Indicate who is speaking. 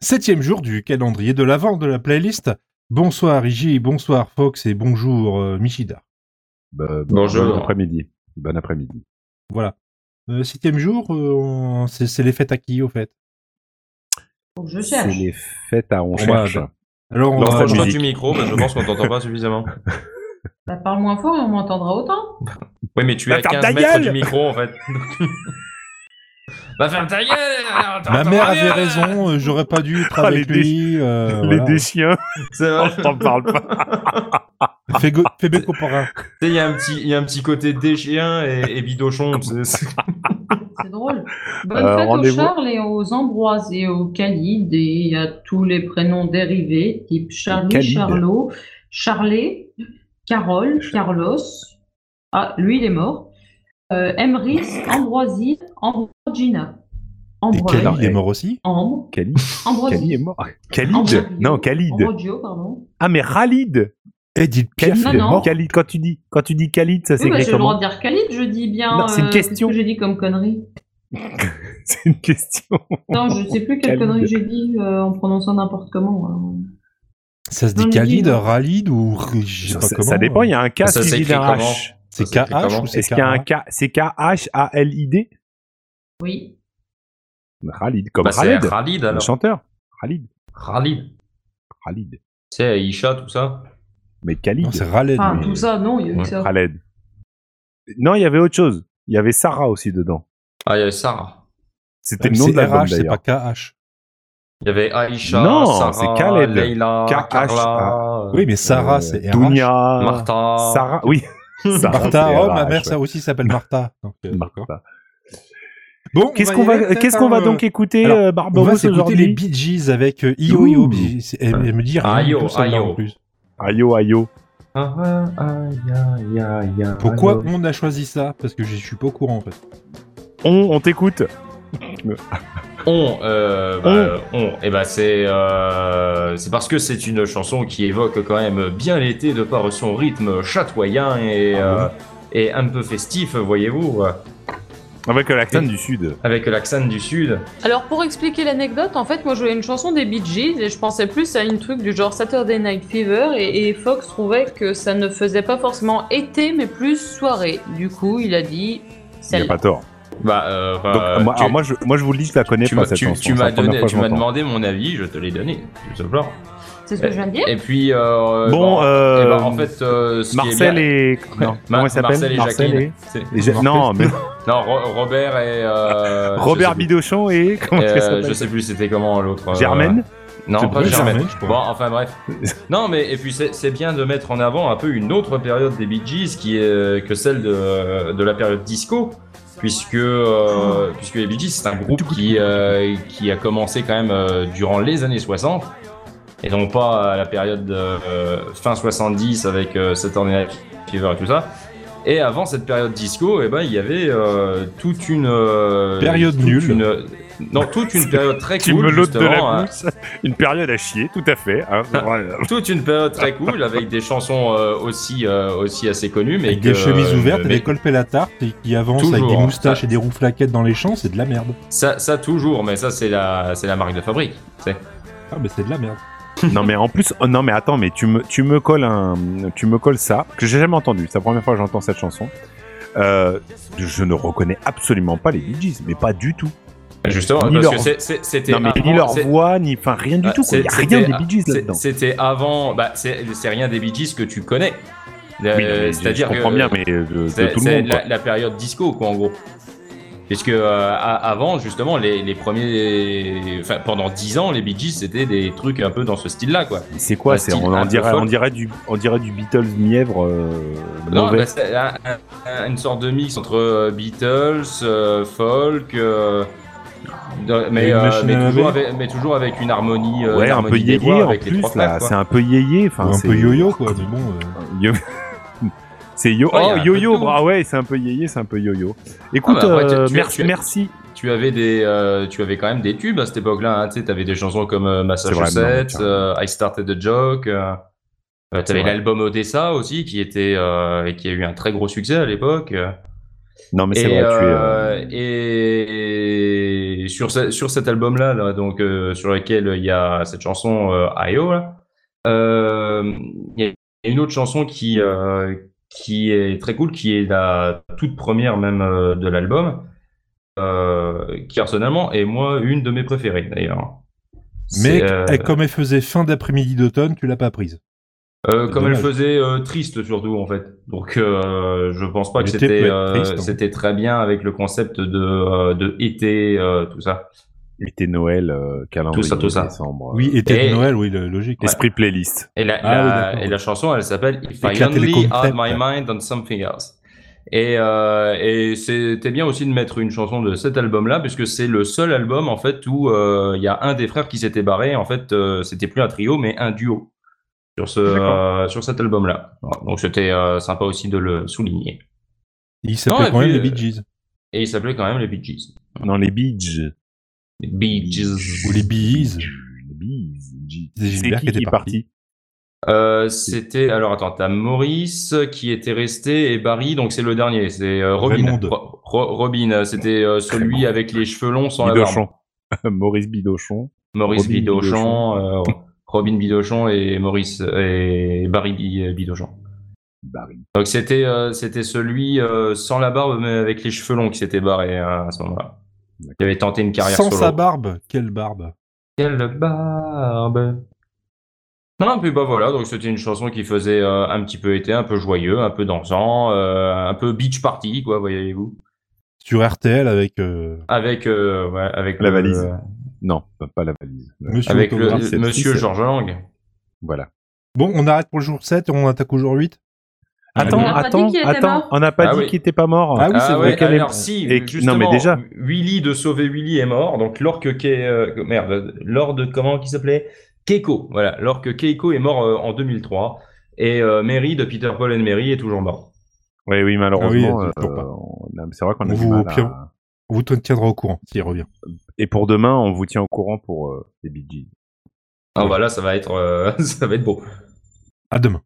Speaker 1: Septième jour du calendrier de l'avant de la playlist. Bonsoir Igi, bonsoir Fox et bonjour euh, Michida.
Speaker 2: Bah,
Speaker 3: Bonjour.
Speaker 2: Bon après-midi. Bon après-midi.
Speaker 1: Voilà. Euh, septième jour, euh, on- c'est c'est les fêtes à qui au fait
Speaker 4: Faut que je
Speaker 2: C'est
Speaker 4: cherche.
Speaker 2: les fêtes à on
Speaker 1: Ouais,
Speaker 2: cherche.
Speaker 1: bah, Alors on
Speaker 3: Non,
Speaker 1: va-
Speaker 3: franchement,
Speaker 2: musique.
Speaker 3: du micro, parce que Euh, je pense qu'on t'entend pas suffisamment.
Speaker 4: Bah, parle moins fort et on m'entendra autant.
Speaker 3: Oui, mais tu es
Speaker 5: Va
Speaker 3: à
Speaker 5: faire
Speaker 3: 15
Speaker 5: ta
Speaker 3: mètres
Speaker 5: gueule
Speaker 3: du micro, en fait. Va faire ta gueule alors, t'entends
Speaker 1: ma mère
Speaker 3: pas
Speaker 1: avait
Speaker 3: bien.
Speaker 1: raison, euh, j'aurais pas dû être
Speaker 5: Ah,
Speaker 1: avec
Speaker 5: les dé-
Speaker 1: lui. euh, voilà.
Speaker 5: Les déchiens,
Speaker 3: C'est
Speaker 5: on
Speaker 3: vrai.
Speaker 5: t'en parle pas.
Speaker 1: Fais go- fais bec au porin.
Speaker 3: Tu sais, Il y, a un petit- il y a un petit côté déchien et, et bidochon. c'est- c'est-
Speaker 4: C'est drôle. Bonne
Speaker 5: Euh,
Speaker 4: fête aux
Speaker 5: rendez-vous.
Speaker 4: Charles et aux Ambroise et aux Calides et à tous les prénoms dérivés, type Charlie,
Speaker 2: Calide.
Speaker 4: Charlot, Charlet, Carole, Carlos. Ah, lui, il est mort. Euh, Emrys, Ambroisie, Ambrogina.
Speaker 1: Et
Speaker 4: Ambroise,
Speaker 1: Kelly, il est
Speaker 2: Ouais.
Speaker 1: mort aussi.
Speaker 4: Ambre,
Speaker 2: Cali, Cali
Speaker 4: Ambrosie.
Speaker 2: est mort.
Speaker 5: Khalid
Speaker 4: Ambroglio,
Speaker 5: Non, Khalid.
Speaker 4: Ambrogio, pardon.
Speaker 5: Ah, mais Khalid
Speaker 1: Edith Piaf,
Speaker 4: Non,
Speaker 1: il est
Speaker 4: non.
Speaker 1: mort.
Speaker 5: Khalid, quand tu dis, quand tu dis Khalid, ça
Speaker 4: Oui, bah,
Speaker 5: s'écrit
Speaker 4: j'ai le
Speaker 5: comment
Speaker 4: droit de dire Khalid, je dis bien.
Speaker 5: Non, c'est une
Speaker 4: euh, qu'est-ce
Speaker 5: question.
Speaker 4: que j'ai dit comme connerie
Speaker 5: C'est une question.
Speaker 4: Non, je sais plus quelle
Speaker 5: Khalid.
Speaker 4: connerie j'ai dit euh, en prononçant n'importe comment. hein.
Speaker 1: Ça se
Speaker 4: Non,
Speaker 1: dit
Speaker 4: mais
Speaker 1: Khalid,
Speaker 4: dis-
Speaker 1: Ralid ou r- je sais
Speaker 5: Ça,
Speaker 1: pas
Speaker 5: ça-
Speaker 1: comment.
Speaker 5: ça dépend, il y a un K
Speaker 3: Bah, Ça
Speaker 5: suivi
Speaker 3: s'écrit
Speaker 5: d'un
Speaker 3: comment
Speaker 5: H.
Speaker 1: C'est
Speaker 3: Ça s'écrit
Speaker 1: KH
Speaker 3: comment
Speaker 1: ou c'est
Speaker 5: Est-ce qu'il y a un
Speaker 1: K
Speaker 5: K C'est K-H-A-L-I-D
Speaker 4: Oui.
Speaker 2: Khalid, comme
Speaker 3: Bah, c'est
Speaker 2: Khaled,
Speaker 3: Khalid
Speaker 2: le
Speaker 3: alors.
Speaker 2: chanteur. Khalid,
Speaker 3: Khalid.
Speaker 2: Khalid.
Speaker 3: Tu sais, Aïcha, tout ça.
Speaker 2: Mais Khalid,
Speaker 1: hein. Non, c'est Raled.
Speaker 4: Enfin,
Speaker 2: mais-
Speaker 4: tout ça, non, il y a eu
Speaker 3: Ouais,
Speaker 4: que ça.
Speaker 2: Khaled. Non, il y avait autre chose. Il y avait Sarah aussi dedans.
Speaker 3: Ah, il y avait Sarah.
Speaker 2: C'était le nom
Speaker 1: C'est
Speaker 2: de l'album
Speaker 1: RH, c'est pas
Speaker 2: d'ailleurs.
Speaker 1: KH.
Speaker 3: Il y avait Aïcha,
Speaker 2: Non,
Speaker 3: Sarah,
Speaker 2: c'est Khaled.
Speaker 3: Leila,
Speaker 2: K-H-A.
Speaker 3: Carla,
Speaker 1: Oui, mais Sarah,
Speaker 2: Euh,
Speaker 1: c'est RH.
Speaker 5: Dunia,
Speaker 3: Martha.
Speaker 5: Sarah, oui. Sarah,
Speaker 1: Martha,
Speaker 2: c'est
Speaker 1: oh, ma
Speaker 2: RH,
Speaker 1: mère,
Speaker 2: ouais.
Speaker 1: ça aussi s'appelle Martha. Donc, euh, d'accord.
Speaker 2: Martha.
Speaker 1: Bon, bah,
Speaker 5: Qu'est-ce qu'on va, qu'est-ce qu'on va donc écouter,
Speaker 1: alors,
Speaker 5: euh,
Speaker 1: On va
Speaker 5: Barbarousse,
Speaker 1: s'écouter les
Speaker 5: aujourd'hui
Speaker 1: Bee Gees avec euh, Io Io
Speaker 2: Ouh.
Speaker 1: Bee. C'est- Elle elle me dit rien
Speaker 3: Ah,
Speaker 1: du
Speaker 3: Io,
Speaker 1: tout, celle-là,
Speaker 3: ah,
Speaker 1: en
Speaker 3: Io.
Speaker 1: plus.
Speaker 2: Ayo, ayo.
Speaker 3: Ah, ah, ah, ya, ya, ya,
Speaker 1: Pourquoi
Speaker 5: Ah,
Speaker 3: ya.
Speaker 1: on a choisi ça Parce que je suis pas au courant en fait.
Speaker 5: On, on t'écoute.
Speaker 3: On, euh, bah, on. Et bah c'est, euh, c'est parce que c'est une chanson qui évoque quand même bien l'été de par son rythme chatoyant
Speaker 2: Ah
Speaker 3: et, euh, et un peu festif, voyez-vous, euh,
Speaker 5: Avec
Speaker 2: Accent du Sud.
Speaker 3: avec l'accent du sud.
Speaker 4: Alors, pour expliquer l'anecdote, en fait, moi, je voulais une chanson des Bee Gees et je pensais plus à une truc du genre Saturday Night Fever et, et Fox trouvait que ça ne faisait pas forcément été, mais plus soirée. Du coup, il a dit
Speaker 2: Il n'y a
Speaker 4: celle
Speaker 2: pas tort.
Speaker 3: Bah, euh,
Speaker 2: Donc,
Speaker 3: bah,
Speaker 2: moi,
Speaker 3: tu-
Speaker 2: alors moi, je, moi, je vous le dis, je la connais
Speaker 3: tu
Speaker 2: pas
Speaker 3: m'as-
Speaker 2: cette
Speaker 3: tu-
Speaker 2: chanson.
Speaker 3: tu
Speaker 2: C'est la
Speaker 3: m'as
Speaker 2: première
Speaker 3: donné-
Speaker 2: fois que
Speaker 3: tu m'as
Speaker 2: j'entends.
Speaker 3: demandé mon avis, je te l'ai donné, tout simplement.
Speaker 4: C'est ce que je viens de dire
Speaker 3: Et puis, euh,
Speaker 5: Bon,
Speaker 3: bah,
Speaker 5: euh,
Speaker 3: eh ben, en fait, euh, ce qui est
Speaker 5: Marcel
Speaker 3: bien-
Speaker 5: et. Non, comment il
Speaker 3: Marcel
Speaker 5: s'appelle
Speaker 3: et
Speaker 5: Marcel
Speaker 3: Jacqueline.
Speaker 5: et.
Speaker 3: C'est-
Speaker 2: Et j'ai-
Speaker 1: Marcel,
Speaker 5: Non, mais
Speaker 3: Non, Ro- Robert et. euh, je sais
Speaker 5: Robert
Speaker 3: plus.
Speaker 5: Bidochon et. Comment
Speaker 3: Euh,
Speaker 5: est-ce qu'elle s'appelle
Speaker 3: je sais plus c'était comment l'autre. euh,
Speaker 5: Germaine
Speaker 3: Non,
Speaker 1: C'est
Speaker 3: pas
Speaker 1: Blue
Speaker 3: Ah, Germaine.
Speaker 1: Germaine, je crois.
Speaker 3: Bon, enfin bref. non, mais et puis c'est c'est bien de mettre en avant un peu une autre période des Bee Gees qui est euh, que celle de, de la période disco, puisque euh,
Speaker 5: Ah.
Speaker 3: puisque les Bee Gees c'est un groupe qui euh, qui a commencé quand même euh, durant les années 60 et donc pas à la période euh, fin 70 avec euh, Saturday Night Fever et tout ça. Et avant cette période disco, eh ben, il y avait euh, toute une... euh,
Speaker 1: Période
Speaker 3: toute
Speaker 1: nulle.
Speaker 3: une- non, toute une période très
Speaker 5: Tu
Speaker 3: cool,
Speaker 5: me l'ôtes de
Speaker 3: justement,
Speaker 5: la
Speaker 3: hein
Speaker 5: bouche. Une période à chier, tout à fait. hein.
Speaker 3: toute une période très cool avec des chansons euh, aussi euh, aussi assez connues mais
Speaker 1: Avec
Speaker 3: que- euh,
Speaker 1: des chemises ouvertes et
Speaker 3: mais
Speaker 1: des colpes à la tarte et qui avancent avec des
Speaker 3: Toujours.
Speaker 1: moustaches et des roues flaquettes dans les champs, c'est de la merde.
Speaker 3: ça, ça toujours mais ça c'est la c'est la marque de fabrique c'est
Speaker 1: Ah, mais c'est de la merde.
Speaker 5: non mais en plus, oh, non mais attends, mais tu me, tu me colles un, tu me colles ça que j'ai jamais entendu. C'est la première fois que j'entends cette chanson. Euh, je ne reconnais absolument pas les Bee Gees, mais pas du tout.
Speaker 3: justement
Speaker 5: Ni
Speaker 3: parce
Speaker 5: leur-
Speaker 3: que c'est- c'est- c'était
Speaker 5: Non mais
Speaker 3: avant-
Speaker 5: ni leur
Speaker 3: c'est-
Speaker 5: voix, ni enfin rien du
Speaker 3: Ah,
Speaker 5: tout. quoi. Il n'y a
Speaker 3: c'est-
Speaker 5: rien
Speaker 3: c'était-
Speaker 5: des Bee Gees
Speaker 3: c'est-
Speaker 5: là-dedans.
Speaker 3: c'était avant bah c'est c'est rien des Bee Gees que tu connais Euh,
Speaker 5: Oui, non, mais je-
Speaker 3: c'est-à-dire
Speaker 5: je comprends
Speaker 3: que-
Speaker 5: bien, mais euh, de, de
Speaker 3: C'est
Speaker 5: tout le
Speaker 3: c'est
Speaker 5: monde. quoi.
Speaker 3: la, la période disco, quoi, en gros. Puisque euh, a- avant, justement, les, les premiers. Enfin, pendant 10 ans, les Bee Gees, c'était des trucs un peu dans ce style-là, quoi.
Speaker 5: Mais C'est quoi
Speaker 3: Un
Speaker 5: C'est
Speaker 3: style
Speaker 5: on,
Speaker 3: un
Speaker 5: en
Speaker 3: peu
Speaker 5: dirait,
Speaker 3: folk.
Speaker 5: on dirait du, on dirait du Beatles mièvre euh,
Speaker 3: Non,
Speaker 5: mauvais.
Speaker 3: bah, c'est un- un- une sorte de mix entre euh, Beatles, euh, folk. euh, de-
Speaker 1: Et
Speaker 3: mais,
Speaker 1: une
Speaker 3: euh,
Speaker 1: machine
Speaker 3: mais
Speaker 1: à
Speaker 3: toujours
Speaker 1: laver.
Speaker 3: avec, mais toujours avec une harmonie, euh,
Speaker 5: ouais,
Speaker 3: une
Speaker 5: un peu
Speaker 3: harmonie des
Speaker 5: yéyé
Speaker 3: voix
Speaker 5: en
Speaker 3: avec les
Speaker 5: plus
Speaker 3: trois
Speaker 5: là.
Speaker 3: flaques, quoi.
Speaker 5: C'est un peu yéyé. Enfin,
Speaker 1: Ou un
Speaker 5: Ah, c'est-
Speaker 1: peu yo-yo, quoi, mais bon. euh,
Speaker 5: Yo- c'est yo.
Speaker 3: Ouais, y a un
Speaker 5: oh,
Speaker 3: peu
Speaker 5: yo-yo,
Speaker 3: de tout.
Speaker 5: ah ouais, c'est un peu yéyé, c'est un peu yo-yo. Écoute,
Speaker 3: Ah bah, ouais, tu-
Speaker 5: euh,
Speaker 3: tu-
Speaker 5: merci,
Speaker 3: tu-
Speaker 5: merci.
Speaker 3: Tu avais des, euh, tu avais quand même des tubes à cette époque-là. Hein, tu sais, t'avais des chansons comme euh,
Speaker 5: vrai,
Speaker 3: Massachusetts,
Speaker 5: non, mais
Speaker 3: euh, I Started a Joke. Euh, euh,
Speaker 5: C'est
Speaker 3: t'avais
Speaker 5: vrai.
Speaker 3: l'album Odessa aussi qui était, euh, qui a eu un très gros succès à l'époque. euh.
Speaker 5: Non mais c'est vrai,
Speaker 3: Et,
Speaker 5: tu es.
Speaker 3: euh,
Speaker 5: euh,
Speaker 3: et et sur, ce- sur cet album-là, là, donc euh, sur lequel il y a cette chanson euh, I.O., là, euh, il y a une autre chanson qui, euh, qui est très cool, qui est la toute première même euh, de l'album, euh, qui personnellement est moi une de mes préférées d'ailleurs.
Speaker 1: Mais
Speaker 3: C'est, euh,
Speaker 1: eh, comme elle faisait fin d'après-midi d'automne, tu l'as pas prise.
Speaker 3: euh, comme elle
Speaker 1: Dommage.
Speaker 3: faisait euh, triste surtout en fait. Donc euh, je pense pas que
Speaker 1: L'été peut
Speaker 3: c'était
Speaker 1: être
Speaker 3: euh,
Speaker 1: triste, hein.
Speaker 3: c'était très bien avec le concept de euh, de été euh, tout ça.
Speaker 5: L'été Noël, euh, calendrier
Speaker 3: Tout ça, tout ça.
Speaker 5: décembre. euh,
Speaker 1: Oui, été
Speaker 3: et-
Speaker 1: de Noël, oui, le- logique.
Speaker 5: Esprit playlist.
Speaker 3: Et la,
Speaker 1: Ah oui,
Speaker 3: la-
Speaker 1: d'accord.
Speaker 3: et la chanson, elle s'appelle If I
Speaker 1: Éclater les
Speaker 3: Only Had
Speaker 1: concepts.
Speaker 3: My Mind on Something Else. Et, euh, et c'était bien aussi de mettre une chanson de cet album-là, puisque c'est le seul album en fait où euh, il y a un des frères qui s'était barré. En fait, euh, c'était plus un trio, mais un duo sur ce euh, sur cet album-là. Voilà. Donc c'était euh, sympa aussi de le souligner.
Speaker 1: Il
Speaker 3: Non,
Speaker 1: s'appelait
Speaker 3: et
Speaker 1: quand même
Speaker 3: puis, euh,
Speaker 1: les Bee Gees.
Speaker 3: Et il s'appelait quand même les Bee Gees.
Speaker 5: Non, les Bees.
Speaker 3: Les Bee Gees.
Speaker 1: Ou les Bees.
Speaker 5: Les Bees.
Speaker 1: C'est Gilbert qui était parti.
Speaker 3: Euh, c'était alors attends, t'as Maurice qui était resté et Barry, donc c'est le dernier, c'est euh, Robin.
Speaker 1: Raymond.
Speaker 3: Ro- Ro- Robin, euh, c'était euh, celui avec les cheveux longs sans la barbe.
Speaker 5: Bidochon. Maurice Bidochon.
Speaker 3: Maurice
Speaker 5: Robin
Speaker 3: Bidochon, euh, Robin Bidochon et Maurice et Barry Bi- euh, Bidochon.
Speaker 5: Barry.
Speaker 3: Donc c'était euh, c'était celui euh, sans la barbe mais avec les cheveux longs qui s'était barré hein, à ce moment-là. Il avait tenté une carrière
Speaker 1: Sans
Speaker 3: solo.
Speaker 1: sa barbe, quelle barbe.
Speaker 3: Quelle barbe Non, puis bah voilà, donc c'était une chanson qui faisait euh, un petit peu été, un peu joyeux, un peu dansant, euh, un peu beach party, quoi, voyez-vous.
Speaker 1: Sur RTL avec euh,
Speaker 3: Avec, euh, ouais, avec
Speaker 5: La
Speaker 3: le-
Speaker 5: valise. Non, pas- pas la valise. Euh,
Speaker 1: Monsieur
Speaker 3: avec le,
Speaker 1: Autographe.
Speaker 5: c'est-
Speaker 3: Monsieur
Speaker 5: c'est-
Speaker 3: Georges Lang.
Speaker 1: Ah
Speaker 5: Voilà.
Speaker 1: Bon, on arrête pour le jour 7 et on attaque au jour 8.
Speaker 5: Attends,
Speaker 4: On a pas
Speaker 5: attends,
Speaker 4: dit qu'il était
Speaker 5: attends.
Speaker 4: mort.
Speaker 5: On n'a pas
Speaker 3: Ah
Speaker 5: dit
Speaker 3: oui.
Speaker 5: qu'il était pas mort.
Speaker 1: Ah oui, c'est vrai.
Speaker 3: ouais,
Speaker 5: Quel est-
Speaker 3: alors si,
Speaker 5: et- non,
Speaker 3: justement,
Speaker 5: mais déjà.
Speaker 3: Willy de Sauver Willy est mort, donc l'orque qui est, euh, merde, l'orque comment qui s'appelait Keiko, voilà, l'orque Keiko est mort euh, en 2003 et euh, Mary de Peter Paul and Mary est toujours mort.
Speaker 5: Oui, oui, malheureusement.
Speaker 1: Ah oui,
Speaker 5: euh,
Speaker 1: toujours pas.
Speaker 5: on a- c'est vrai qu'on
Speaker 1: On
Speaker 5: a du
Speaker 1: vous
Speaker 5: mal à-
Speaker 1: pion. On vous tiendra au courant s'il revient.
Speaker 5: Et pour demain, on vous tient au courant pour euh, les Bee Gees.
Speaker 3: Ah voilà, ça va être, euh, ça va être beau.
Speaker 1: À demain.